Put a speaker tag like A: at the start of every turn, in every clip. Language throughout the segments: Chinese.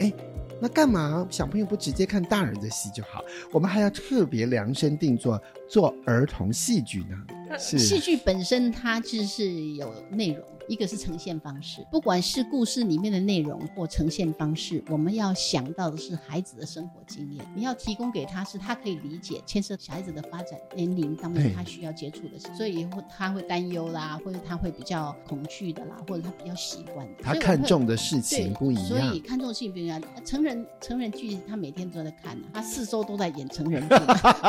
A: 哎，那干嘛小朋友不直接看大人的戏就好？我们还要特别量身定做做儿童戏剧呢？是
B: 呃戏剧本身它就是有内容，一个是呈现方式，不管是故事里面的内容或呈现方式，我们要想到的是孩子的生活经验，你要提供给他是他可以理解，牵涉小孩子的发展年龄当
A: 对
B: 中他需要接触的事，所以以后他会担忧啦，或者他会比较恐惧的啦，或者他比较习惯的，
A: 他
B: 所以我
A: 看
B: 会
A: 重的事
B: 对，
A: 情不一
B: 所
A: 样
B: 以。看重性不一样。成人成人剧他每天都在看、啊，他四周都在演成人剧，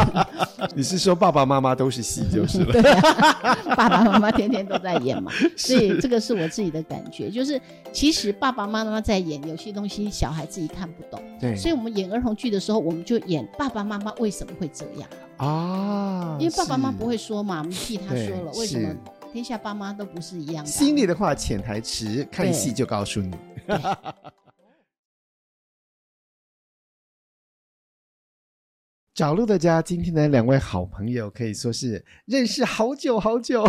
A: 你是说爸爸妈妈都是戏就是了？
B: 嗯 对、啊，爸爸妈妈天天都在 演嘛，所以这个是我自己的感觉，就是其实爸爸妈妈在演，有些东西小孩自己看不懂，
A: 对
B: 所以我们演儿童剧的时候，我们就演爸爸妈妈为什么会这样，
A: 啊，
B: 因为爸爸妈妈
A: 是
B: 不会说嘛，我们替他说了
A: 对
B: 为什么
A: 是。
B: 天下爸妈都不是一样的啊、
A: 心里的话潜台词，看戏就告诉你。找路的家，今天的两位好朋友可以说是认识好久好久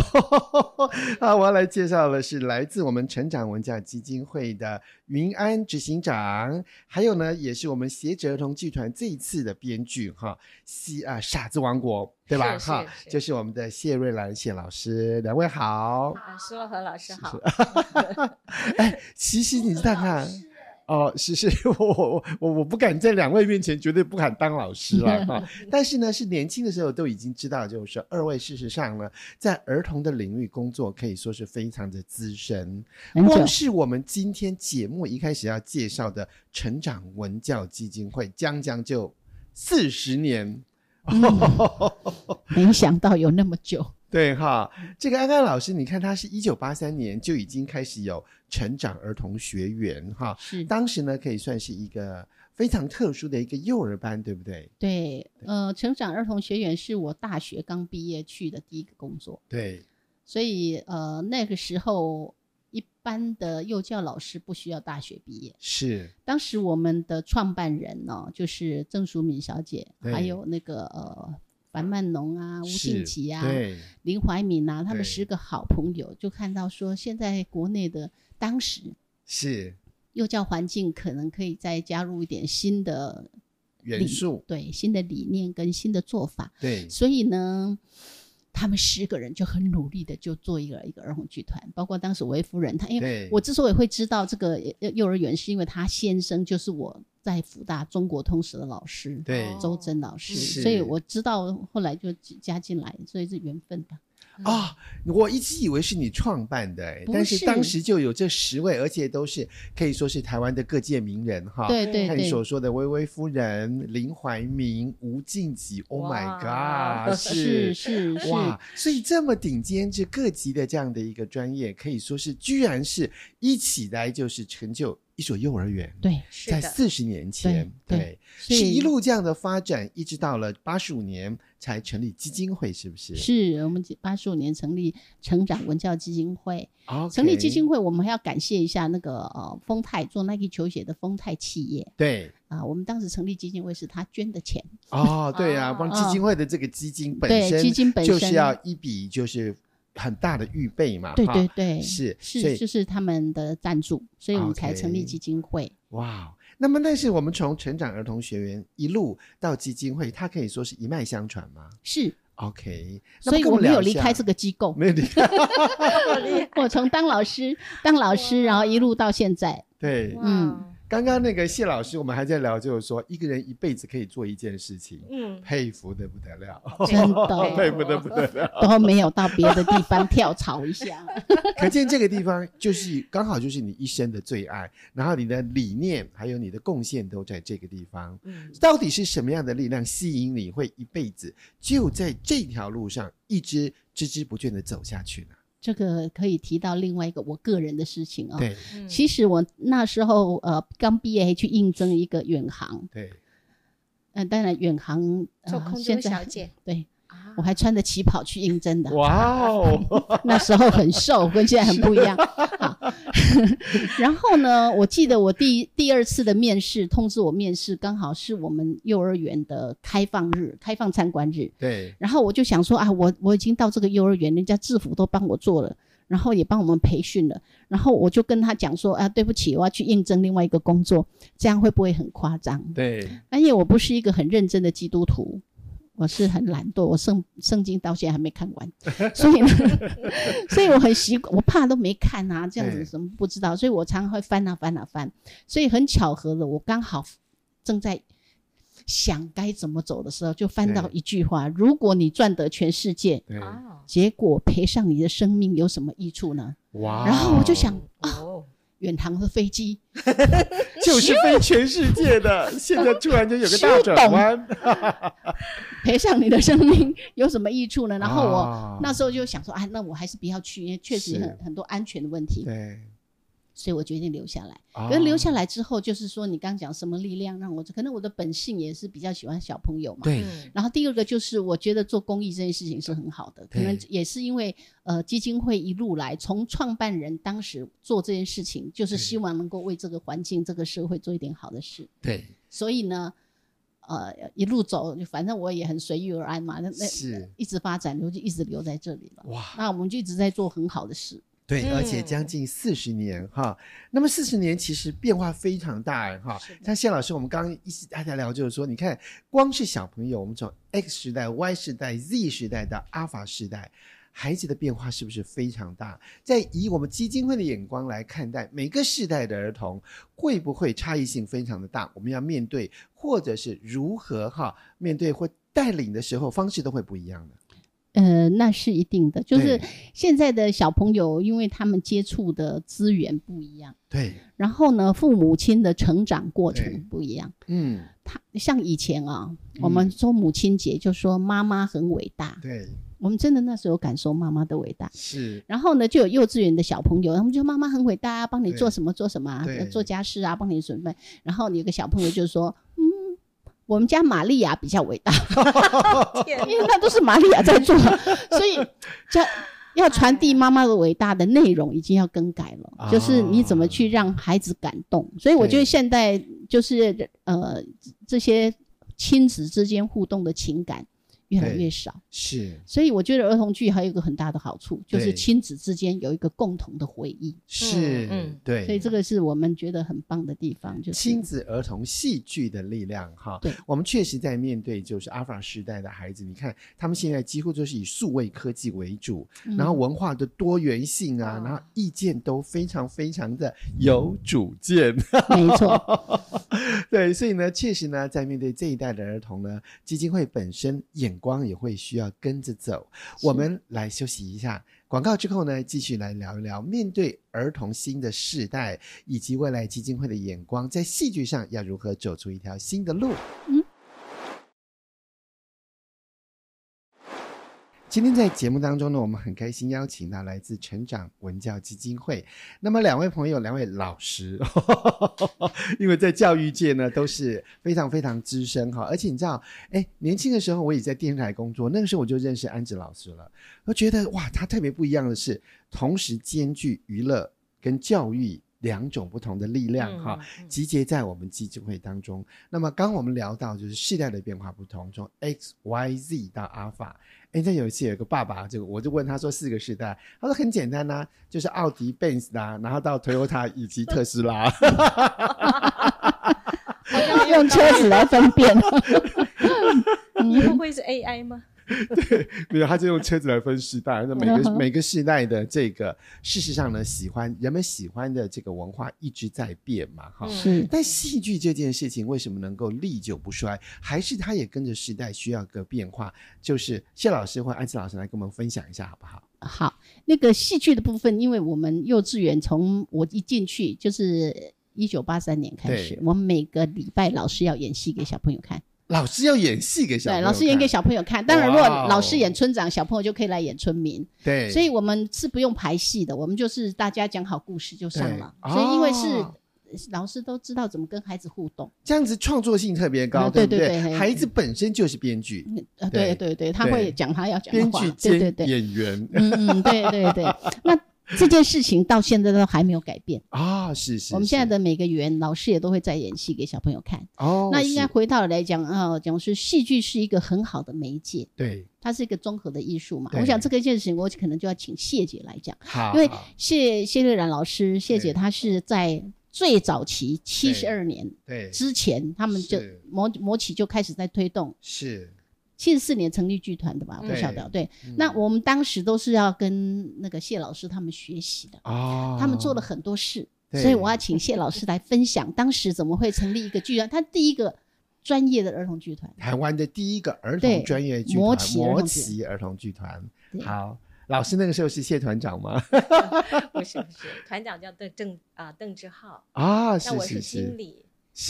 A: 啊！我要来介绍的是来自我们成长文教基金会的云安执行长，还有呢，也是我们协哲儿童剧团这一次的编剧哈，西啊傻子王国对吧？
C: 是
A: 哈，
C: 是
A: 就是我们的谢瑞兰谢老师，两位好。
C: 啊，施乐和老师好，
A: 哎，其实你看看，哦，是是，我我我我不敢在两位面前绝对不敢当老师了哈、但是呢，是年轻的时候都已经知道，就是说二位事实上呢，在儿童的领域工作可以说是非常的资深。
B: 很久
A: 光是我们今天节目一开始要介绍的成长文教基金会，将将就四十 年。
B: 没想到有那么久，
A: 对哈，这个安安老师，你看他是一九八三年就已经开始有成长儿童学园哈，
B: 是
A: 当时呢，可以算是一个非常特殊的一个幼儿班，对不对？
B: 对，呃，成长儿童学院是我大学刚毕业去的第一个工作，
A: 对，
B: 所以呃那个时候一般的幼教老师不需要大学毕业。
A: 是，
B: 当时我们的创办人呢、就是郑淑敏小姐，
A: 对
B: 还有那个呃樊曼农啊、吴
A: 是
B: 信奇啊、
A: 对，
B: 林怀民啊，他
A: 对
B: 们十个好朋友就看到说，现在国内的当时
A: 是
B: 幼教环境可能可以再加入一点新的
A: 元素，
B: 对新的理念跟新的做法，
A: 对，
B: 所以呢，他们十个人就很努力的就做一个一个儿童剧团，包括当时维夫人，她因为
A: 对，
B: 我之所以会知道这个呃幼儿园，是因为她先生就是我在福大中国通史的老师。
A: 对
C: 哦
B: 周真老
A: 是
B: 师，所以我知道后来就加进来，所以是缘分吧。
A: 啊，我一直以为是你创办的，哎
B: 不
A: 但是
B: 是
A: 当时就有这十位，而且都是可以说是台湾的各界名人哈。
B: 对对
A: 看你
B: 对，
A: 所说的薇薇夫人、林怀民、吴敬吉，Oh my
C: 哇
A: God，
B: 是是是，
A: 哇，所以这么顶尖、这各级的这样的一个专业，可以说是居然是一起来就是成就一所幼儿园，
B: 对，
C: 是
A: 在
C: 的，
A: 四十年前，
B: 对
A: 是
B: 所以
A: 一路这样的发展，一直到了八十五年才成立基金会，是不是？
B: 是我们八十五年成立成长文教基金会，
A: o
B: 成立基金会，我们还要感谢一下那个呃丰泰做 Nike 球鞋的丰泰企业
A: 对。
B: 啊、我们当时成立基金会是他捐的钱，
A: 哦，对啊，
C: 啊
A: 帮基金会的这个基金本
B: 对
A: 身
B: 基金本身
A: 就是要一笔就是很大的预备嘛，
B: 对
A: 哈
B: 对对，
A: 是所以
B: 是就是他们的赞助，所以我们才成立
A: OK
B: 基金会。
A: 哇，哦那么但是我们从成长儿童学园一路到基金会，它可以说是一脉相传吗
B: 是，
A: ？OK，那
B: 嗯所以
A: 么跟
B: 我
A: 们
B: 没
A: 聊
B: 有
A: 一
B: 离
A: 下
B: 开这个机构。
A: 没有离开，
B: 我从当老师，当 老师，然后一路到现在，
A: 对，
B: 嗯
A: 刚刚那个谢老师，我们还在聊，就是说一个人一辈子可以做一件事情，
C: 嗯，
A: 佩服的不得了，
B: 真
C: 对
A: 佩
B: 的
A: 服的不得了。
B: 都没有到别的地方跳槽一下。
A: 可见这个地方就是刚好就是你一生的最爱，然后你的理念还有你的贡献都在这个地方。
C: 嗯
A: 到底是什么样的力量吸引你，会一辈子就在这条路上一直孜孜不倦的走下去呢？
B: 这个可以提到另外一个我个人的事情啊、
A: 对
C: 嗯
B: 其实我那时候呃刚毕业还去应征一个远航，
A: 对，
B: 嗯、当然远航、呃、
C: 做空
B: 现
C: 中
B: 在
C: 小姐
B: 对
C: 啊
B: 我还穿着旗袍去应征的，
A: 哇哦，
B: 那时候很瘦，跟现在很不一样。好 然后呢，我记得我第第二次的面试通知我面试，刚好是我们幼儿园的开放日，开放参观日。
A: 对
B: 然后我就想说啊，我我已经到这个幼儿园，人家制服都帮我做了，然后也帮我们培训了。然后我就跟他讲说啊，对不起，我要去应征另外一个工作，这样会不会很夸张？
A: 对，
B: 而且我不是一个很认真的基督徒，我是很懒惰，我圣圣经到现在还没看完， 所以呢，所以我很习惯，我怕都没看啊，这样子
A: 对
B: 什么不知道，所以我常常会翻啊翻啊翻，所以很巧合的，我刚好正在。想该怎么走的时候，就翻到
A: 对
B: 一句话：“如果你赚得全世界，
A: 对，
C: 啊，
B: 结果赔上你的生命有什么益处呢
A: 哇！”
B: 然后我就想，啊
C: 哦，？”
B: 远航的飞机
A: 就是飞全世界的， 现在突然间有个大转弯，
B: 赔上你的生命有什么益处呢？然后我
A: 啊
B: 那时候就想说，哎，那我还是不要去，因为确实
A: 是
B: 很很多安全的问题，
A: 对，
B: 所以我决定留下来。
A: 啊
B: 可是留下来之后，就是说你刚讲什么力量让我，可能我的本性也是比较喜欢小朋友嘛。
A: 啊对
C: 嗯
B: 然后第二个就是，我觉得做公益这件事情是很好的，可
A: 对
B: 能也是因为呃基金会一路来，从创办人当时做这件事情，就是
A: 对
B: 希望能够为这个环境、这个社会做一点好的事。
A: 对
B: 所以呢，呃，一路走，反正我也很随遇而安嘛，那那
A: 是
B: 一直发展，我就一直留在这里了。
A: 哇，
B: 那我们就一直在做很好的事。
A: 对，
C: 嗯
A: 而且将近四十年哈，那么四十年其实变化非常大哈
B: 是的。
A: 像谢老师，我们刚刚一直大家聊就是说，你看光是小朋友，我们从 X 时代、Y 时代、Z 时代到阿法时代。孩子的变化是不是非常大？在以我们基金会的眼光来看待每个世代的儿童，会不会差异性非常的大？我们要面对，或者是如何哈面对或带领的时候方式都会不一样的。
B: 呃，那是一定的，就是
A: 对
B: 现在的小朋友，因为他们接触的资源不一样，
A: 对，
B: 然后呢，父母亲的成长过
A: 对
B: 程不一样。
A: 嗯，
B: 他像以前啊，我们说母亲节就说妈妈很伟大，
A: 对，
B: 我们真的那时候有感受妈妈的伟大。
A: 是，
B: 然后呢，就有幼稚园的小朋友，他们就妈妈很伟大啊，帮你
A: 对
B: 做什么做什么啊
A: 对，
B: 做家事啊，帮你准备。然后有个小朋友就说，嗯， 我们家玛利亚比较伟大，
A: 哎
C: 天
B: 因为那都是玛利亚在做，所以这要传递妈妈的伟大的内容已经要更改了，
A: 啊
B: 就是你怎么去让孩子感动。所以我觉
A: 对
B: 得现在就是呃这些亲子之间互动的情感越来
A: 对
B: 越少。
A: 是
B: 所以我觉得儿童剧还有一个很大的好处，就是
A: 对
B: 亲子之间有一个共同的回忆，
A: 是，
C: 嗯
A: 对，
B: 所以这个是我们觉得很棒的地方，就是
A: 亲子儿童戏剧的力量哈。
B: 对
A: 我们确实在面对就是阿法时代的孩子，你看他们现在几乎就是以数位科技为主，
B: 嗯
A: 然后文化的多元性啊，
C: 哦
A: 然后意见都非常非常的有主见。
B: 没 错，
A: 对，所以呢，确实呢，在面对这一代的儿童呢，基金会本身眼光也会需要跟着走。
B: 是
A: 我们来休息一下，广告之后呢，继续来聊一聊面对儿童新的世代，以及未来基金会的眼光在戏剧上要如何走出一条新的路。
B: 嗯。
A: 今天在节目当中呢，我们很开心邀请到来自成长文教基金会那么两位朋友，两位老师， 因为在教育界呢都是非常非常资深哈，而且你知道，哎，年轻的时候我也在电视台工作，那个时候我就认识安子老师了，我觉得哇，他特别不一样的是，同时兼具娱乐跟教育两种不同的力量哈。，
C: 嗯
A: 集结在我们基金会当中。那么刚刚我们聊到就是世代的变化不同，从 X、Y、Z 到阿尔法。哎，那有一次有一个爸爸，这个我就问他说四个世代，他说很简单呐、就是奥迪、Benz 啦、然后到 Toyota 以及特斯拉。
B: 用车子来分辨，
C: 你不会是 AI 吗？
A: 没有，他就用车子来分世代。那每
B: 嗯
A: 个
B: 哼
A: 每个世代的这个，事实上呢，喜欢人们喜欢的这个文化一直在变嘛，
C: 嗯
A: 哈。
B: 是
A: 哦但戏剧这件事情为什么能够历久不衰？还是它也跟着时代需要个变化？就是谢老师或安琪老师来跟我们分享一下好不好？
B: 好。那个戏剧的部分，因为我们幼稚园从我一进去就是一九八三年开始
A: 对，
B: 我们每个礼拜老师要演戏给小朋友看，
A: 老师要演戏给小朋
B: 对，
A: 友
B: 老师演给
A: 看
B: 小朋友看。当然，如果
A: 哇哦
B: 老师演村长，小朋友就可以来演村民。
A: 对，
B: 所以我们是不用排戏的，我们就是大家讲好故事就上了。
A: 对
B: 所以因为是、
A: 哦
B: 老师都知道怎么跟孩子互动，
A: 这样子创作性特别高，
B: 啊
A: 对
B: 对
A: 不
B: 对对嘿
A: 孩子本身就是编剧，
B: 呃，
A: 对
B: 对对对，他会讲他要讲的
A: 编
B: 话
A: 剧，
B: 对对
A: 兼
B: 对，
A: 演员，
B: 嗯嗯，对对对。那这件事情到现在都还没有改变。
A: 啊，是是，
B: 我们现在
A: 是
B: 的每个园老师也都会在演戏给小朋友看。
A: 哦，
B: 那应该
A: 是
B: 回到来讲啊、讲是戏剧是一个很好的媒介，
A: 对，
B: 它是一个综合的艺术嘛。
A: 对
B: 我想这个件事情，我可能就要请谢姐来讲，
A: 好，
B: 因为
A: 好
B: 谢谢瑞然老师，谢
A: 对
B: 姐她是在最早期七十二年
A: 对
B: 之前，他们就是摩摩企就开始在推动。
A: 是，
B: 七十四年成立剧团的吧，我
C: 嗯
B: 不晓得。对，
A: 嗯
B: 那我们当时都是要跟那个谢老师他们学习的，
A: 哦，
B: 他们做了很多事，
A: 对
B: 所以我要请谢老师来分享当时怎么会成立一个剧团，他第一个专业的儿童剧团。
A: 台湾的第一个儿
B: 对
A: 童专业剧
B: 摩
A: 团
B: 奇儿
A: 摩
B: 童剧
A: 奇儿童剧团
B: 对。
A: 好，老师那个时候是谢团长吗？
C: 不是不是，团长叫邓邓啊、邓志浩，
A: 啊，
C: 那
A: 是
C: 我
A: 是
C: 经
A: 是
C: 理。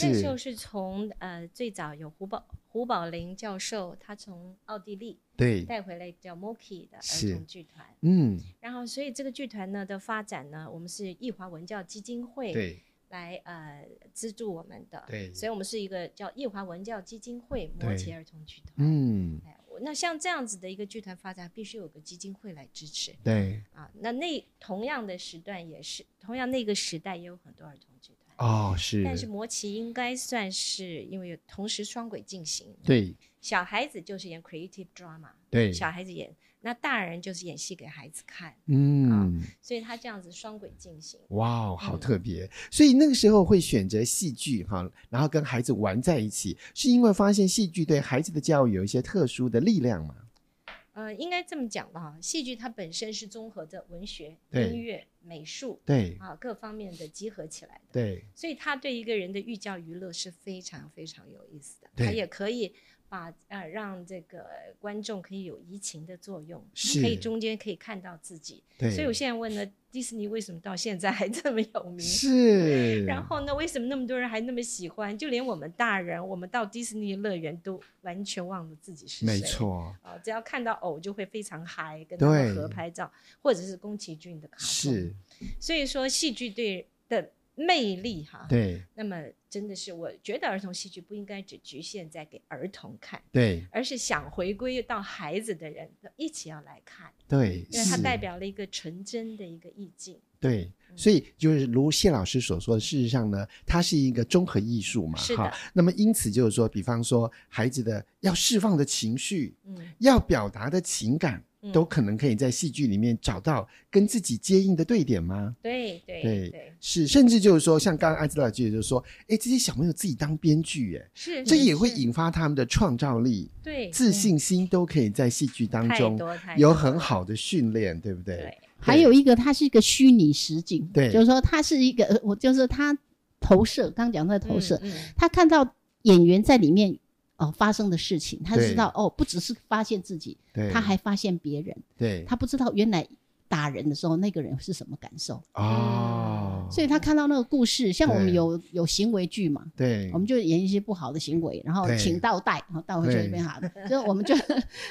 C: 那时候
A: 是，
C: 是从呃最早有胡宝胡宝林教授，他从奥地利
A: 对，
C: 带回来叫 Moki 的
A: 是
C: 儿童剧团，
A: 嗯，
C: 然后所以这个剧团呢的发展呢，我们是易华文教基金会
A: 对
C: 来呃资助我们的，
A: 对
C: 所以我们是一个叫易华文教基金会摩
A: 对
C: 羯儿童剧团，
A: 嗯，
C: 哎，我那像这样子的一个剧团发展，必须有个基金会来支持
A: 对，
C: 啊。那那同样的时段也是，同样那个时代也有很多儿童剧团，
A: 哦，是，
C: 但是摩奇应该算是因为有同时双轨进行，，
A: 对
C: 小孩子就是演 creative drama，
A: 对，
C: 小孩子演，那大人就是演戏给孩子看，
A: 嗯，
C: 所以他这样子双轨进行。
A: 哇，哦，好
C: 啊嗯
A: 特别。所以那个时候会选择戏剧哈，然后跟孩子玩在一起，是因为发现戏剧对孩子的教育有一些特殊的力量嘛？
C: 呃，应该这么讲吧，哈，戏剧它本身是综合着文学、
A: 对
C: 音乐、美术
A: 对
C: 啊各方面的集合起来的。
A: 对
C: 所以他对一个人的寓教于乐是非常非常有意思的，
A: 对
C: 他也可以把呃让这个观众可以有移情的作用，
A: 是
C: 可以中间可以看到自己。
A: 对，
C: 所以我现在问呢，迪士尼为什么到现在还这么有名？
A: 是，
C: 然后呢，为什么那么多人还那么喜欢？就连我们大人，我们到迪士尼乐园都完全忘了自己是谁。
A: 没。错，
C: 啊，只要看到偶就会非常嗨，跟他们
A: 对
C: 合拍照，或者是宫崎骏的卡通。
A: 是，
C: 所以说戏剧对的魅力哈，
A: 对
C: 那么真的是，我觉得儿童戏剧不应该只局限在给儿童看，
A: 对
C: 而是想回归到孩子的人都一起要来看，
A: 对，
C: 因为它
A: 是
C: 代表了一个纯真的一个意境。
A: 对，
C: 嗯
A: 所以就是如谢老师所说的，事实上呢，它是一个综合艺术嘛，
C: 是的
A: 哈。那么因此就是说，比方说孩子的要释放的情绪，
C: 嗯，
A: 要表达的情感，
C: 嗯
A: 都可能可以在戏剧里面找到跟自己接应的对点吗？
C: 对对
A: 对
C: 对，
A: 是，甚至就是说，像刚刚艾斯老师就是说，哎，这些小朋友自己当编剧，哎，
C: 是
A: 这
C: 是
A: 也会
C: 是
A: 引发他们的创造力、
C: 对
A: 自信心，都可以在戏剧当
C: 太
A: 中
C: 多太
A: 有
C: 多
A: 很
C: 了
A: 好的训练，对不对？
C: 对
B: 还有一个，它是一个虚拟实景，
A: 对
B: 就是说它是一个，呃我就是它投射，刚讲的投射，
C: 嗯嗯
B: 他看到演员在里面哦、呃发生的事情，他
A: 对
B: 知道哦，不只是发现自己，
A: 对，
B: 他还发现别人，
A: 对
B: 他不知道原来打人的时候那个人是什么感受，
A: 哦，
B: 所以他看到那个故事，像我们
A: 对
B: 有有行为剧嘛。
A: 对
B: 我们就演一些不好的行为，然后
A: 嗯对
B: 请倒带，然后倒回去
A: 对
B: 那边好，就我们就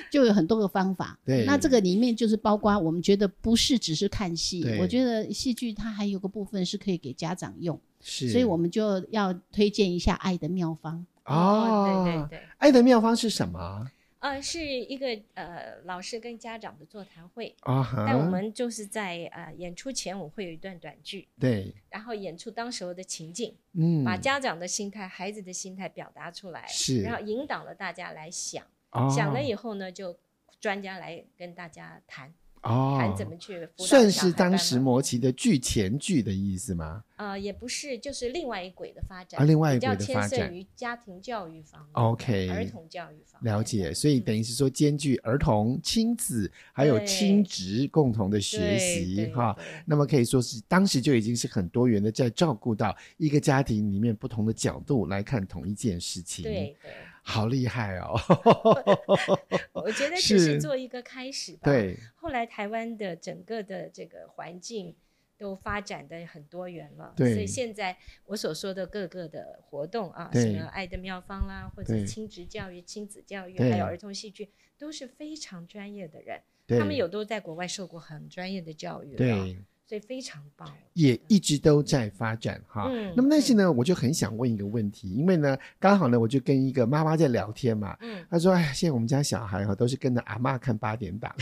B: 就有很多个方法。
A: 对
B: 那这个里面就是包括我们觉得不是只是看戏，
A: 对
B: 我觉得戏剧它还有个部分是可以给家长用，
A: 是，
B: 所以我们就要推荐一下《爱的妙方》。
A: 哦，
C: 对对对，
A: 爱的妙方是什么
C: 呃，是一个呃老师跟家长的座谈会，
A: 啊？哈，
C: 但我们就是在呃演出前，我会有一段短剧，
A: 对，
C: 然后演出当时候的情境，
A: 嗯，
C: 把家长的心态、孩子的心态表达出来，
A: 是
C: 然后引导了大家来想，
A: 哦
C: 想了以后呢，就专家来跟大家谈，
A: 哦，
C: 谈怎么去辅导
A: 算
C: 小孩
A: 是当
C: 慢
A: 时
C: 慢
A: 摩奇的剧前剧的意思吗？
C: 呃，也不是，就是另外一轨的发展，
A: 啊另外一
C: 比较
A: 轨的发
C: 牵涉
A: 展
C: 于家庭教育方面
A: OK
C: 儿童教育方面，嗯
A: 了解，所以等于是说兼具儿童、亲子还有
C: 对
A: 亲职共同的学
C: 对
A: 习
C: 对
A: 哈。
C: 对
A: 那么可以说是当时就已经是很多元的，在照顾到一个家庭里面不同的角度来看同一件事情，
C: 对，对，
A: 好厉害哦！
C: 我觉得只
A: 是
C: 是做一个开始吧。，
A: 对，
C: 后来台湾的整个的这个环境都发展的很多元了，
A: 对
C: 所以现在我所说的各个的活动啊，
A: 对
C: 什么爱的妙方啦，或者
A: 对
C: 亲职教育、亲子教育，
A: 对
C: 还有儿童戏剧，都是非常专业的人，
A: 对
C: 他们有都在国外受过很专业的教育了，
A: 对
C: 所以非常棒。
A: 也一直都在发展哈。
C: 嗯
A: 啊那么但是呢，我就很想问一个问题，因为呢，刚好呢，我就跟一个妈妈在聊天嘛，
C: 嗯，
A: 她说：“哎，现在我们家小孩哈、都是跟着阿嬷看八点档。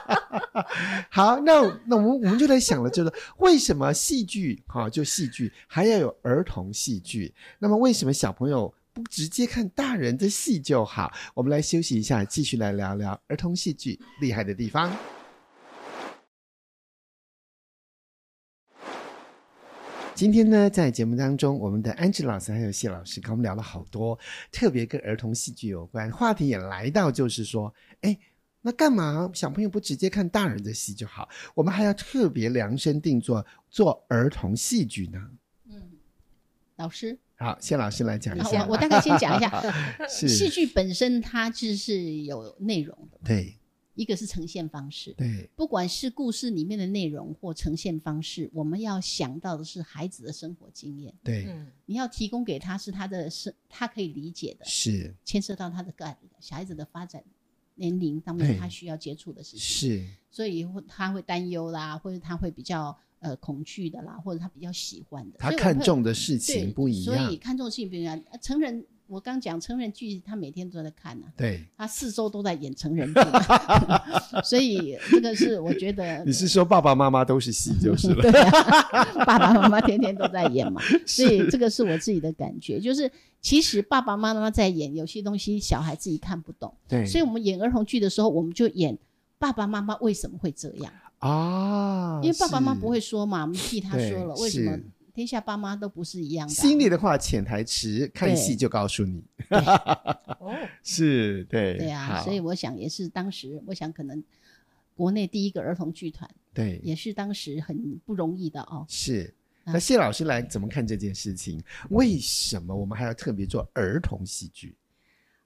A: 好，那那我们我们就在想了，就是为什么戏剧哈、就戏剧还要有儿童戏剧？那么为什么小朋友不直接看大人的戏就好？我们来休息一下，继续来聊聊儿童戏剧厉害的地方。今天呢，在节目当中，我们的安志老师还有谢老师跟我们聊了好多，特别跟儿童戏剧有关话题，也来到就是说，哎，那干嘛小朋友不直接看大人的戏就好？我们还要特别量身定做做儿童戏剧呢？
B: 嗯，老师，
A: 好，谢老师来讲一
B: 好
A: 下
B: 我我，大概先讲一下，戏
A: 是，
B: 剧本身它就是有内容的，
A: 对
B: 一个是呈现方式。
A: 对，
B: 不管是故事里面的内容或呈现方式，我们要想到的是孩子的生活经验，
A: 对，
C: 嗯
B: 你要提供给他是他的生，他可以理解的，
A: 是
B: 牵涉到他的个小孩子的发展年龄当面，
A: 对
B: 他需要接触的事情，
A: 是，
B: 所以会他会担忧啦，或者他会比较呃恐惧的啦，或者他比较喜欢的，
A: 他
B: 所以我
A: 看
B: 会
A: 重的事
B: 对
A: 情不一
B: 所
A: 样
B: 以，看重的事情不一样。呃成人我刚讲成人剧，他每天都在看啊，
A: 对。
B: 他四周都在演成人剧啊， 所以这个是我觉得
A: 你是说爸爸妈妈都是戏就是 了？
B: 对啊，爸爸妈妈天天都在演嘛，所以这个是我自己的感觉，就是其实爸爸妈妈在演，有些东西小孩自己看不懂，
A: 对，
B: 所以我们演儿童剧的时候，我们就演爸爸妈妈为什么会这样，
A: 啊，
B: 因为爸爸妈妈
A: 是
B: 不会说嘛，我们替他说了，
A: 对
B: 为什么
A: 是
B: 天下爸妈都不是一样的啊、
A: 心里的话，潜台词看
B: 对
A: 戏就告诉你，
C: 哦，
A: 是对，
B: 对啊，
A: 好
B: 所以我想也是当时，我想可能国内第一个儿童剧团
A: 对
B: 也是当时很不容易的哦。
A: 是。
B: 啊
C: 嗯
A: 那谢老师来怎么看这件事情？为什么我们还要特别做儿童戏剧？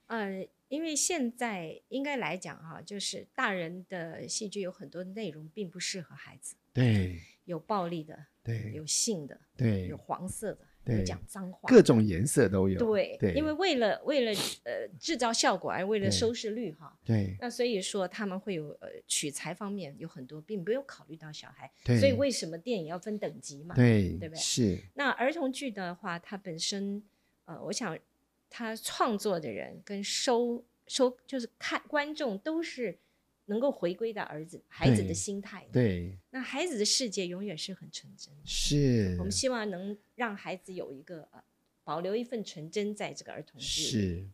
C: 呃，因为现在应该来讲哈、就是大人的戏剧有很多内容并不适合孩子，
A: 对
C: 有暴力的，
A: 对
C: 有性的，
A: 对
C: 有，黄色的，
A: 对
C: 有讲脏话，
A: 各种颜色都有。
C: 对
A: 对，
C: 因为为了为了呃制造效果而为了
A: 对
C: 收视率哈，
A: 对
C: 那所以说他们会有呃取材方面有很多，并没有考虑到小孩，
A: 对，
C: 所以为什么电影要分等级嘛？
A: 对
C: 对不对
A: 是
C: 那儿童剧的话，它本身呃，我想它创作的人跟收收就是看观众都是能够回归到儿子孩子的
A: 对
C: 心态，
A: 对
C: 那孩子的世界永远是很纯真的。
A: 是
C: 我们希望能让孩子有一个呃保留一份纯真在这个儿童剧里。
A: 是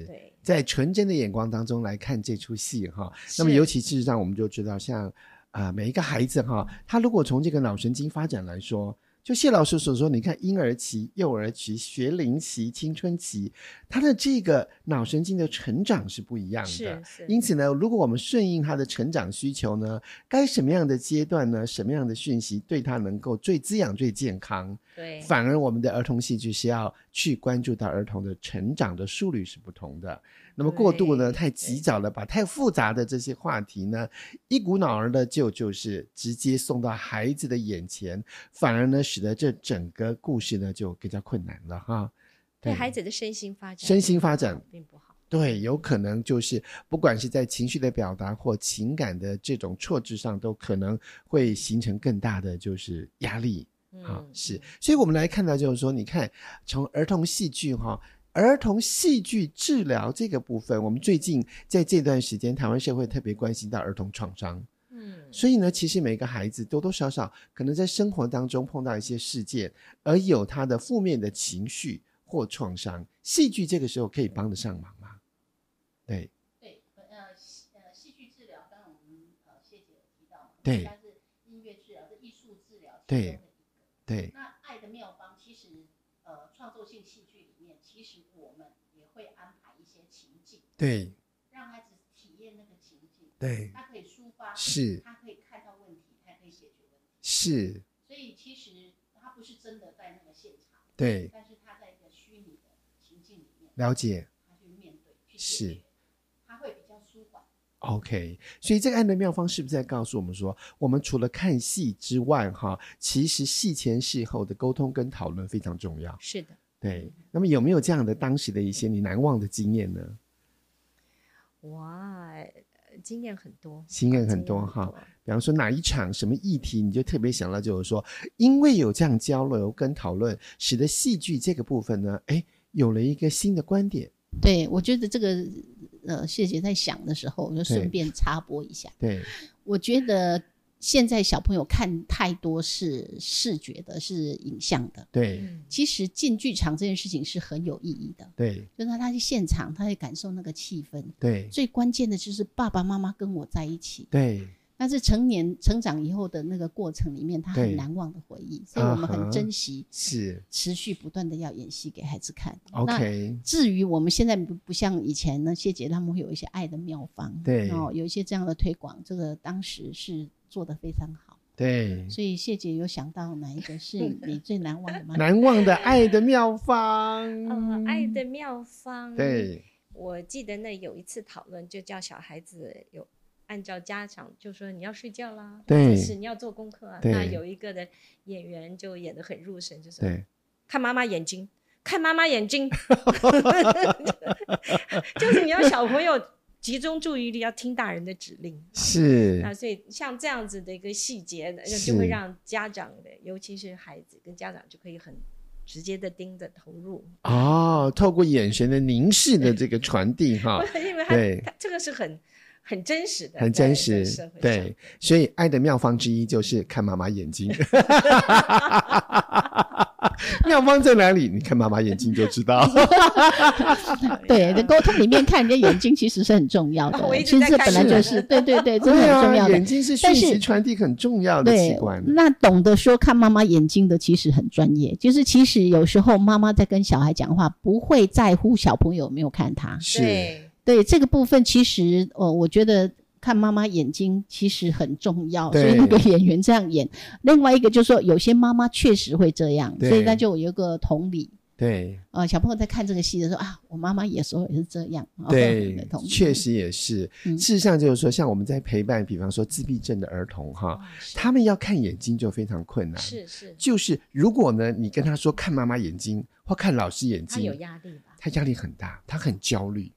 A: 是。
C: 对，
A: 在纯真的眼光当中来看这出戏哈，那么
C: 是
A: 尤其事实上我们就知道像，啊每一个孩子哈，他如果从这个脑神经发展来说，就谢老师所说，你看婴儿期、幼儿期、学龄期、青春期，他的这个脑神经的成长是不一样的
C: 是。是，
A: 因此呢，如果我们顺应他的成长需求呢，该什么样的阶段呢，什么样的讯息对他能够最滋养、最健康，
C: 对，
A: 反而我们的儿童戏剧是要去关注到儿童的成长的速率是不同的。那么过度呢，
C: 对
A: 太急躁了，把太复杂的这些话题呢，一股脑儿的就就是直接送到孩子的眼前，反而呢，使得这整个故事呢就更加困难了哈。
C: 对孩子的身心发展，
A: 身心发展
C: 并不好。
A: 对，有可能就是不管是在情绪的表达或情感的这种挫折上，都可能会形成更大的就是压力。啊，
C: 嗯，
A: 是，所以我们来看到就是说，你看从儿童戏剧哈、儿童戏剧治疗这个部分，我们最近在这段时间，台湾社会特别关心到儿童创伤，
C: 嗯，
A: 所以呢，其实每个孩子多多少少可能在生活当中碰到一些事件，而有他的负面的情绪或创伤，戏剧这个时候可以帮得上忙吗？对
B: 对，呃，戏呃，戏剧治疗，刚刚我们呃谢姐有提到嘛，
A: 对
B: 但是音乐治疗是艺术治疗其中的
A: 对
B: 一个。
A: 对，
B: 那爱的妙方其实呃创作性戏剧里面，其实我们也会安排一些情境，
A: 对
B: 让孩子体验那个情境，
A: 对，
B: 他可以抒发，
A: 是
B: 他可以看到问题，他可以解决问题。
A: 是，
B: 所以其实他不是真的在那个现场，
A: 对，
B: 但是他在一个虚拟的情境里面，
A: 了解。
B: 他去面对，去
A: 是
B: 解决，他会比较舒缓。
A: OK，所以这个爱的妙方是不是在告诉我们说，我们除了看戏之外，哈，其实戏前戏后的沟通跟讨论非常重要。
C: 是的，
A: 对，那么有没有这样的当时的一些你难忘的经验呢？
C: 哇，呃经验很多，啊
A: 经验很
C: 经
A: 多哈。比方说哪一场什么议题，你就特别想到就是说，因为有这样交流跟讨论，使得戏剧这个部分呢，哎，有了一个新的观点。
B: 对，我觉得这个呃，谢谢在想的时候，我就
A: 对
B: 顺便插播一下。
A: 对，
B: 我觉得现在小朋友看太多是视觉的，是影像的。
A: 对，
C: 嗯
B: 其实进剧场这件事情是很有意义的，
A: 对，
B: 就是他他去现场，他会感受那个气氛。
A: 对，
B: 最关键的就是爸爸妈妈跟我在一起，
A: 对，
B: 那是成年成长以后的那个过程里面，他
A: 对
B: 很难忘的回忆，所以我们
A: 啊哈
B: 很珍惜，
A: 是
B: 持续不断的要演戏给孩子看。那
A: OK。
B: 至于我们现在不不像以前呢，谢姐他们会有一些爱的妙方，
A: 对
B: 哦，有一些这样的推广，这个当时是做得非常好。
A: 对，
B: 所以谢姐有想到哪一个是你最难忘 的吗？
A: 难忘的爱的妙方。嗯
C: 呃，嗯爱的妙
B: 嗯
C: 方。，
A: 对，
C: 我记得那有一次讨论，就叫小孩子有按照家长就说你要睡觉啦，或
A: 对
C: 者是你要做功课啊。
A: 对
C: 那有一个的演员就演得很入神，就说
A: 对，
C: 看妈妈眼睛，看妈妈 眼睛， 就是你要小朋友集中注意力，要听大人的指令。
A: 是
C: 那所以像这样子的一个细节，呢，
A: 是
C: 就会让家长的，尤其是孩子跟家长就可以很直接的盯着投入，
A: 哦，透过眼神的凝视的这个传 递哈，
C: 因为他
A: 啊对
C: 他这个是很很真实的，
A: 很
C: 在
A: 真
C: 在
A: 实
C: 社会，上
A: 对，所以爱的妙方之一就是看妈妈眼睛。 妙方在哪里？你看妈妈眼睛就知道。
B: 啊
C: 啊
B: 对，在沟通里面看人家眼睛其实是很重要的
C: 我，一
B: 其
C: 直
B: 实
C: 在
B: 这
C: 看
B: 本来
A: 是
B: 就是对对 对，这是
A: 对
B: 很重
A: 啊，
B: 要
A: 眼
B: 的。嗯
A: 睛是讯
B: 但
A: 息
B: 是
A: 传递很重要的器
B: 对
A: 官，。
B: 那懂得说看妈妈眼睛的其实很专业，就是其实有时候妈妈在跟小孩讲话，不会在乎小朋友有没有看他。
A: 是，
C: 对
B: 对这个部分，其实呃，我觉得看妈妈眼睛其实很重要，所以那
A: 对
B: 个演员这样演。另外一个就是说，有些妈妈确实会这样，所
A: 对
B: 以那就有一个同理。
A: 对
B: 呃，小朋友在看这个戏的时候啊，我妈妈有时候也是这样，哦
A: 对
B: 同，理
A: 确实也是。
B: 嗯
A: 事实上就是说，像我们在陪伴，比方说自闭症的儿童哈，
B: 嗯
C: 哇是
A: 他们要看眼睛就非常困难。，
C: 是是，
A: 就是如果呢，你跟他说看妈妈眼睛或看老师眼
C: 他有
A: 睛，
C: 压力吧？
A: 他压力很大，他很焦虑。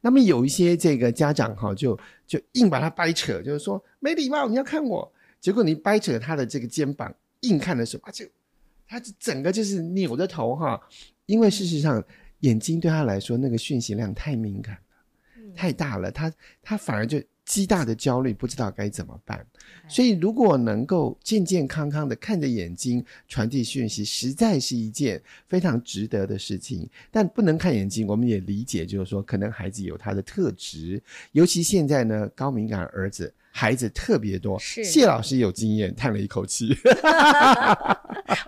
A: 那么有一些这个家长哈，就就硬把他掰扯，就是说没礼貌，你要看我。结果你掰扯他的这个肩膀，硬看的时候，啊，就他就整个就是扭着头哈，因为事实上眼睛对他来说那个讯息量太敏感。
C: 嗯
A: 太大了，他他反而就极大的焦虑，不知道该怎么办。
C: 哎
A: 所以，如果能够健健康康的看着眼睛传递讯息，实在是一件非常值得的事情。但不能看眼睛，我们也理解，就是说，可能孩子有他的特质，尤其现在呢，高敏感儿子。孩子特别多，
C: 是
A: 谢老师有经验，叹了一口气，。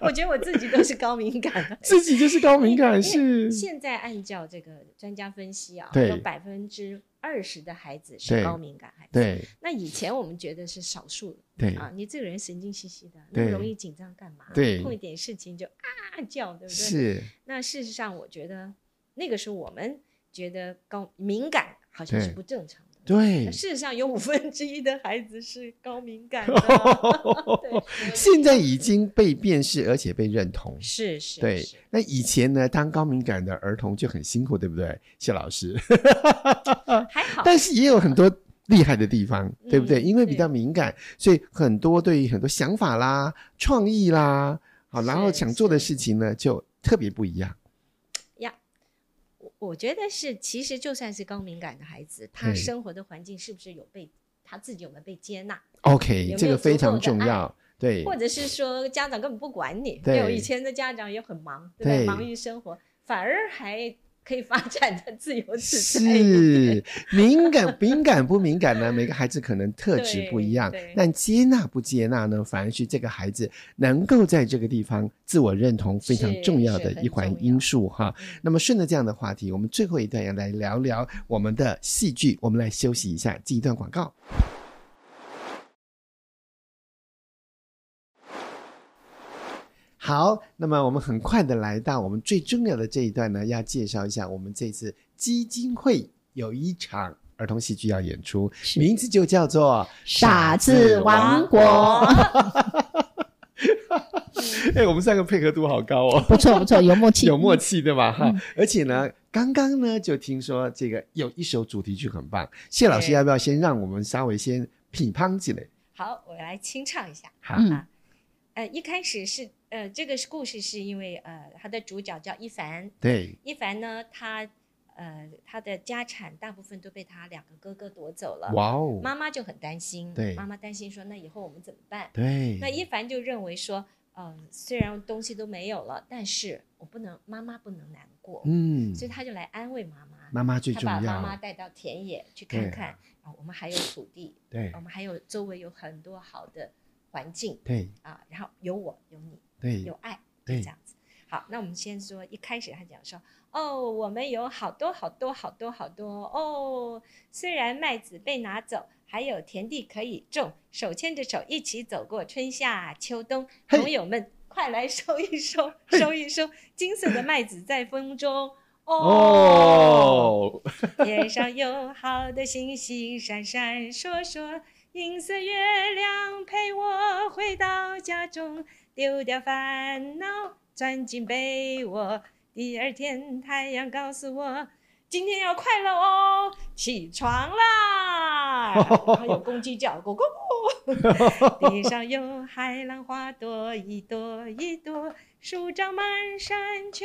C: 我觉得我自己都是高敏感的
A: 自己就是 高敏感，
C: 因为
A: 是，
C: 现在按照这个专家分析啊，
A: 对
C: 有百分之二十的孩子
A: 对
C: 是高敏感孩子。
A: 对
C: 那以前我们觉得是少数
A: 对
C: 啊，你这个人神经兮兮的，那
A: 哎对
C: 么容易紧张干嘛？
A: 对
C: 碰一点事情就啊叫，对不对？
A: 是，
C: 那事实上，我觉得那个时候我们觉得高敏感好像是
A: 对哎
C: 不正常的。
A: 对
C: 那，事实上，有五分之一的孩子是高敏感 的，
A: 现在已经被辨识，而且被认同，
C: 是是，
A: 对
C: 是，
A: 那以前呢，当高敏感的儿童就很辛苦，对不对，谢老师？
C: 还好。
A: 但是也有很多厉害的地方，对不对？
C: 嗯
A: 因为比较敏感，所以很多对于很多想法啦、创意啦，好，然后
C: 是
A: 想做的事情呢，就特别不一样。
C: 我我觉得是，其实就算是高敏感的孩子，他
A: 对
C: 生活的环境是不是有被他自己有没有被接纳，有没
A: OK，
C: 有
A: 这个非常
C: 足够
A: 重
C: 的爱
A: 要。对
C: 或者是说家长根本不管你？
A: 对
C: 有以前的家长也很忙，对不
A: 对
C: 对？忙于生活，反而还可以发展的自由自在。
A: 是敏感 敏感不敏感呢？每个孩子可能特质
C: 对
A: 不一样
C: 对，
A: 但接纳不接纳呢，反而是这个孩子能够在这个地方自我认同非常
C: 是
A: 重要
C: 是
A: 的
C: 很
A: 一环
C: 重要
A: 因素哈
C: 嗯。
A: 那么顺着这样的话题，我们最后一段要来聊聊我们的戏剧，我们来休息一下，进一段广告。好，那么我们很快的来到我们最重要的这一段呢，要介绍一下我们这次基金会有一场儿童戏剧要演出，
B: 是
A: 名字就叫做《
B: 傻子王国
A: 哎，我们三个配合度好高哦， 哦
B: 不错不错，有默契，
C: 嗯
A: 有默契对吧？哈、而且呢，刚刚呢就听说这个有一首主题曲很棒，谢老师
C: 对
A: 要不要先让我们稍微先品乓几类？
C: 好，我来清唱一下。
A: 好
B: 嗯
C: 啊，呃，一开始是呃，这个是故事是因为呃，它的主角叫一凡，
A: 对，
C: 一凡呢，他呃，他的家产大部分都被他两个哥哥夺走了，
A: 哇哦，
C: 呃妈妈就很担心，
A: 对
C: 妈妈担心说，那以后我们怎么办？
A: 对，
C: 那一凡就认为说，嗯、虽然东西都没有了，但是我不能，妈妈不能难过，
A: 嗯，
C: 所以他就来安慰妈妈。
A: 妈妈最
C: 他
A: 重
C: 把
A: 要，
C: 妈妈带到田野去看
A: 对
C: 看啊，我们还有土地，
A: 对
C: 我们还有周围有很多好的环境
A: 对
C: 啊，然后有我有你有
A: 对
C: 爱，就
A: 对
C: 这样子。好，那我们先说，一开始他讲说，哦，我们有好多好多好多好多哦，虽然麦子被拿走，还有田地可以种，手牵着手一起走过春夏秋冬，
A: 嘿
C: 朋友们，快来收一 收，收一收，金色的麦子在风中。哦，
A: 哦，
C: 天上有好的星星闪闪烁烁，银色月亮陪我回到家中，丢掉烦恼，钻进被窝。第二天太阳告诉我，今天要快乐哦，起床啦！还有公鸡叫，咕咕咕。地上有海浪花朵，一朵一朵，树长满山丘，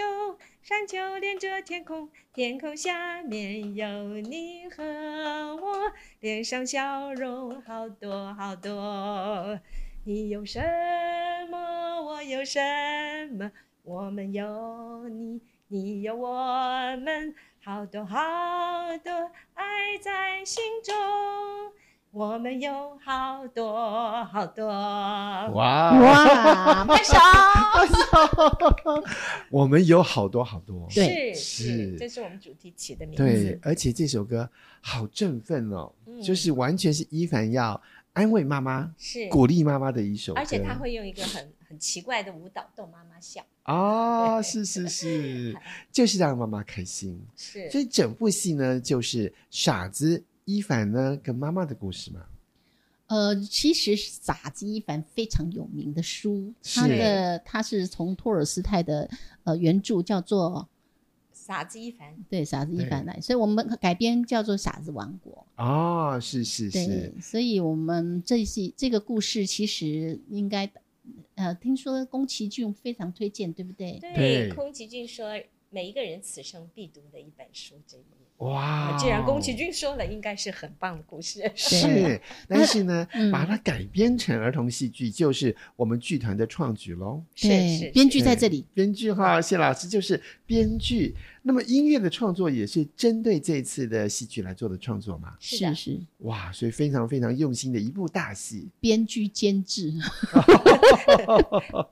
C: 山丘连着天空，天空下面有你和我，脸上笑容好多好多。你有什么，我有什么，我们有你，你有我们，好多好多爱在心中，我们有好多好多。嗯
A: 哇，哦
B: 哇， 拍手！
A: 我们有好多好多，
B: 对
C: 是是
A: 是，
C: 这是我们主题曲的名
A: 对
C: 字，。
A: 而且这首歌好振奋哦，
C: 嗯
A: 就是完全是伊凡要安慰妈妈、
C: 是
A: 鼓励妈妈的一首歌，
C: 而且他会用一个很很奇怪的舞蹈逗妈妈笑，
A: 啊、
C: 对
A: 是是 是，就是让妈妈开心。
C: 是
A: 所以整部戏呢，就是傻子伊凡呢跟妈妈的故事嘛。
B: 呃，其实傻子一凡非常有名的书，他
A: 是
B: 的他是从托尔斯泰的呃原著叫做
C: 傻子一凡。
B: 对傻子一凡来，所以我们改编叫做《傻子王国》。
A: 哦，是是是
B: 对，，所以我们这一系这个故事其实应该，呃，听说宫崎骏非常推荐，对不对？
A: 对
C: 宫崎骏说每一个人此生必读的一本书之一。
A: 哇！哦
C: 啊，既然宫崎骏说了，应该是很棒的故事。
A: 是，但是 呢，
B: 嗯
A: 把它改编成儿童戏剧，就是我们剧团的创举喽。
C: 是
B: 对
C: 是
B: 编
C: 是
B: 剧在这里，
A: 编剧哈，谢老师就是编剧。那么音乐的创作也是针对这次的戏剧来做的创作嘛？
C: 是
B: 是
C: 的
B: 是，
A: 哇，所以非常非常用心的一部大戏。
B: 编剧监制，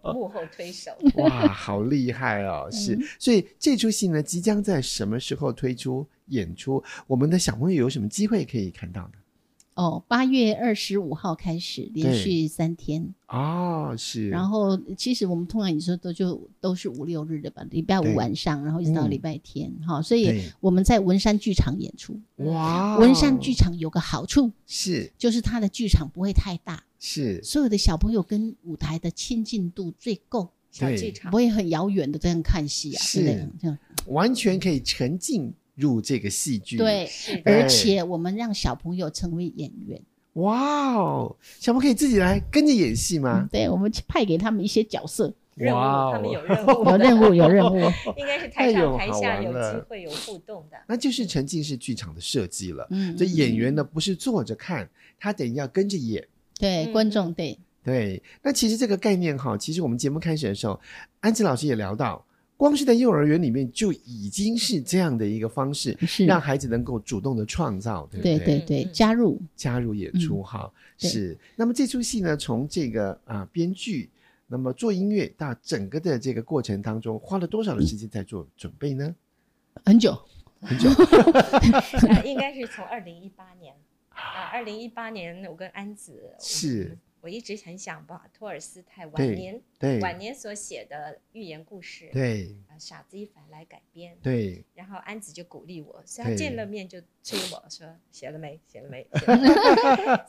A: 呃
C: 幕后推手。
A: 哇，好厉害哦！是，所以这出戏呢，即将在什么时候推出演出？我们的小朋友有什么机会可以看到呢？
B: 哦，八月二十五号开始，连
A: 对
B: 续三天。
A: 哦，是，
B: 然后，其实我们通常你说都就都是五六日的吧，礼拜
A: 对
B: 五晚上，然后一直到
A: 嗯
B: 礼拜天，哈、所以
A: 对哦
B: 我们在文山剧场演出。
C: 嗯
A: 哇，
B: 文山剧场有个好处，
A: 是
B: 哦就是它的剧场不会太大，
A: 是，
B: 所有的小朋友跟舞台的亲近度最够，
C: 小
A: 对
C: 剧场
B: 不，会很遥远的这样看戏啊，
A: 是
B: 对不对？这样
A: 完全可以沉浸入这个戏剧。，
B: 对，
C: 是
A: 哎
C: 的，
B: 而且我们让小朋友成为演员，
A: 哇哦，小朋友可以自己来跟着演戏
B: 嗯
A: 吗？
B: 对，我们派给他们一些角 色，
C: 任务
A: 哇哦
C: 他们有任务，
B: 有任务，有任务，
C: 应该是台
A: 哎呦
C: 上台下
A: 好玩
C: 有
A: 了
C: 机会有互动的。
A: 那就是沉浸式剧场的设计了。
B: 嗯，
A: 所以演
B: 嗯
A: 员呢，不是坐着看，他等于要跟着演。
B: 对
C: 嗯
B: 观众对，
A: 对，那其实这个概念哈，其实我们节目开始的时候，安吉老师也聊到，光是在幼儿园里面就已经是这样的一个方式，
B: 是，
A: 让孩子能够主动的创造，对不
B: 对
A: 对？
B: 对
C: 嗯
B: 对，
C: 嗯
B: 加入
A: 加入演出哈，
B: 对
A: 是。那么这出戏呢，从这个啊、编剧，那么做音乐到整个的这个过程当中，花了多少的时间在做准备呢？
B: 很久，
C: 啊，应该是从二零一八年啊，二零一八年我跟安子我
A: 是
C: 们我一直很想把托尔斯泰
A: 对
C: 晚年
A: 对
C: 晚年所写的寓言故事，
A: 对
C: 啊，傻子一凡来改编，
A: 对，
C: 然后安子就鼓励我，所以他
A: 对
C: 见了面就催我说写了没，写了没，写了没。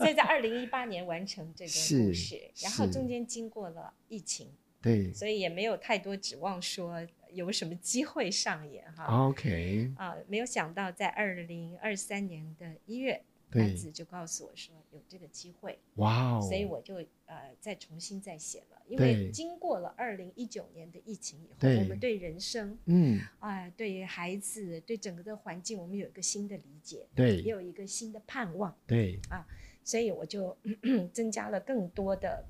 C: 所以在二零一八年完成这个
A: 是
C: 故事，然后
A: 是
C: 中间经过了疫情，
A: 对
C: 所以也没有太多指望说有什么机会上演哈。
A: 哦，OK，
C: 啊，没有想到在二零二三年的一月，
A: 对
C: 班，子就告诉我说有这个机会，
A: 哇哦，
C: 所以我就呃再重新再写了。因
A: 对
C: 为经过了二零一九年的疫情以后，
A: 对
C: 我们对人生
A: 嗯，
C: 啊、对孩子、对整个的环境，我们有一个新的理解，
A: 对
C: 也有一个新的盼望，
A: 对，
C: 所以我就 增加了更多的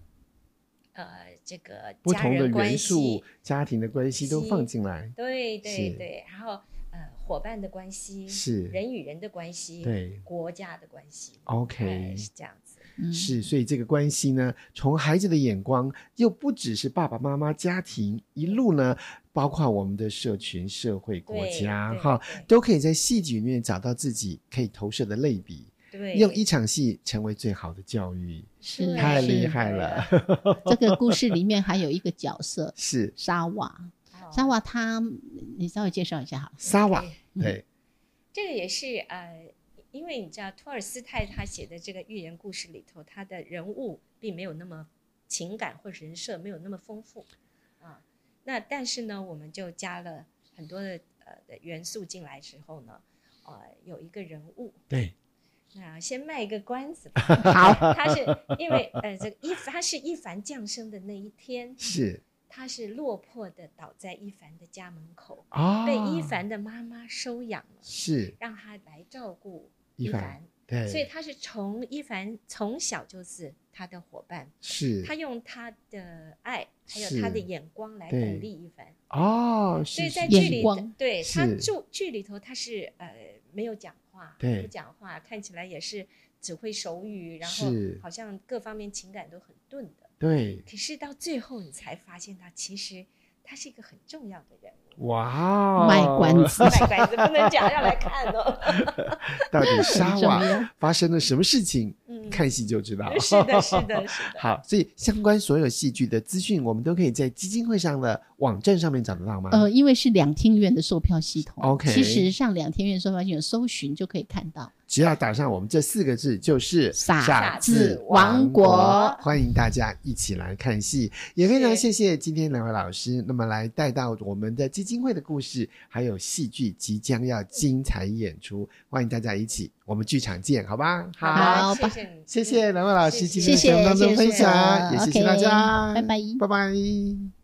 C: 呃这个
A: 不
C: 家
A: 同的
C: 人关
A: 元
C: 系
A: 素，、家庭的关系都
C: 系
A: 放进来，
C: 对对
A: 是
C: 对，然后呃伙伴的关系
A: 是
C: 人与人的关系，
A: 对
C: 国家的关系哎
A: ，OK，
C: 是这样子，
B: 嗯，
A: 是，所以这个关系呢，从孩子的眼光，又不只是爸爸妈妈、家庭，一路呢，包括我们的社群、社会、国
C: 对
A: 家，
C: 对
A: 哈，
C: 对
A: 都可以在戏剧里面找到自己可以投射的类比，
C: 对，
A: 用一场戏成为最好的教育，
B: 是
C: 对
A: 太厉
B: 是
A: 害了，
B: 这个故事里面还有一个角色
A: 是
B: 沙瓦，
C: 啊
B: 沙瓦他，你稍微介绍一下好了。
A: 萨瓦，
B: 嗯
A: 对，
C: 这个也是呃，因为你知道托尔斯泰他写的这个寓言故事里头，他的人物并没有那么情感或人设没有那么丰富啊。那但是呢，我们就加了很多的呃的元素进来之后呢，呃，有一个人物。
A: 对，
C: 那先卖一个关子吧。好，他是因为呃，这个一他是一凡降生的那一天，
A: 是
C: 他是落魄的倒在一凡的家门口，
A: 啊，
C: 被一凡的妈妈收养了。
A: 是
C: 让他来照顾
A: 一
C: 一
A: 凡
C: 凡，
A: 对，
C: 所以他是从一凡从小就是他的伙伴，
A: 是
C: 他用他的爱还有
A: 是
C: 他的眼光来鼓
A: 对
C: 励一凡，
A: 哦，
C: 所
A: 是
C: 以在
A: 是
C: 剧
A: 是
C: 里
B: 眼光
C: 对他
A: 是
C: 剧剧里头他是呃没有讲话，
A: 对
C: 不讲话，看起来也是只会手语，然后
A: 是
C: 好像各方面情感都很钝的，
A: 对，
C: 可是到最后你才发现他其实他是一个很重要的 人物。
A: 哇， 哦
B: 卖关 子，
C: 卖关子不能讲，要来看哦。
A: 到底 沙
B: 很重要
A: 瓦发生了什么事情？
C: 嗯，
A: 看戏就知道。
C: 是的，是。的，是的。
A: 好，所以相关所有戏剧的资讯，我们都可以在基金会上的网站上面找得到吗？
B: 呃，因为是两厅院的售票系统
A: OK
B: 其实上两厅院售票系统搜寻就可以看到。
A: 只要打上我们这四个字，就是
B: 傻
C: 子
B: 王国
A: 欢迎大家一起来看戏，也非常
C: 是
A: 谢谢今天两位老师，那么来带到我们的基金会的故事，还有戏剧即将要精彩演出，欢迎大家一起，我们剧场见，好吧？
C: 好
B: 好
C: 吧，
B: 吧
C: 谢谢你，
A: 谢谢两位老师今
C: 谢
A: 天在节目当中
B: 谢谢
A: 分享，
B: 谢谢
A: 也谢谢大家，
B: OK，拜拜
A: 拜拜。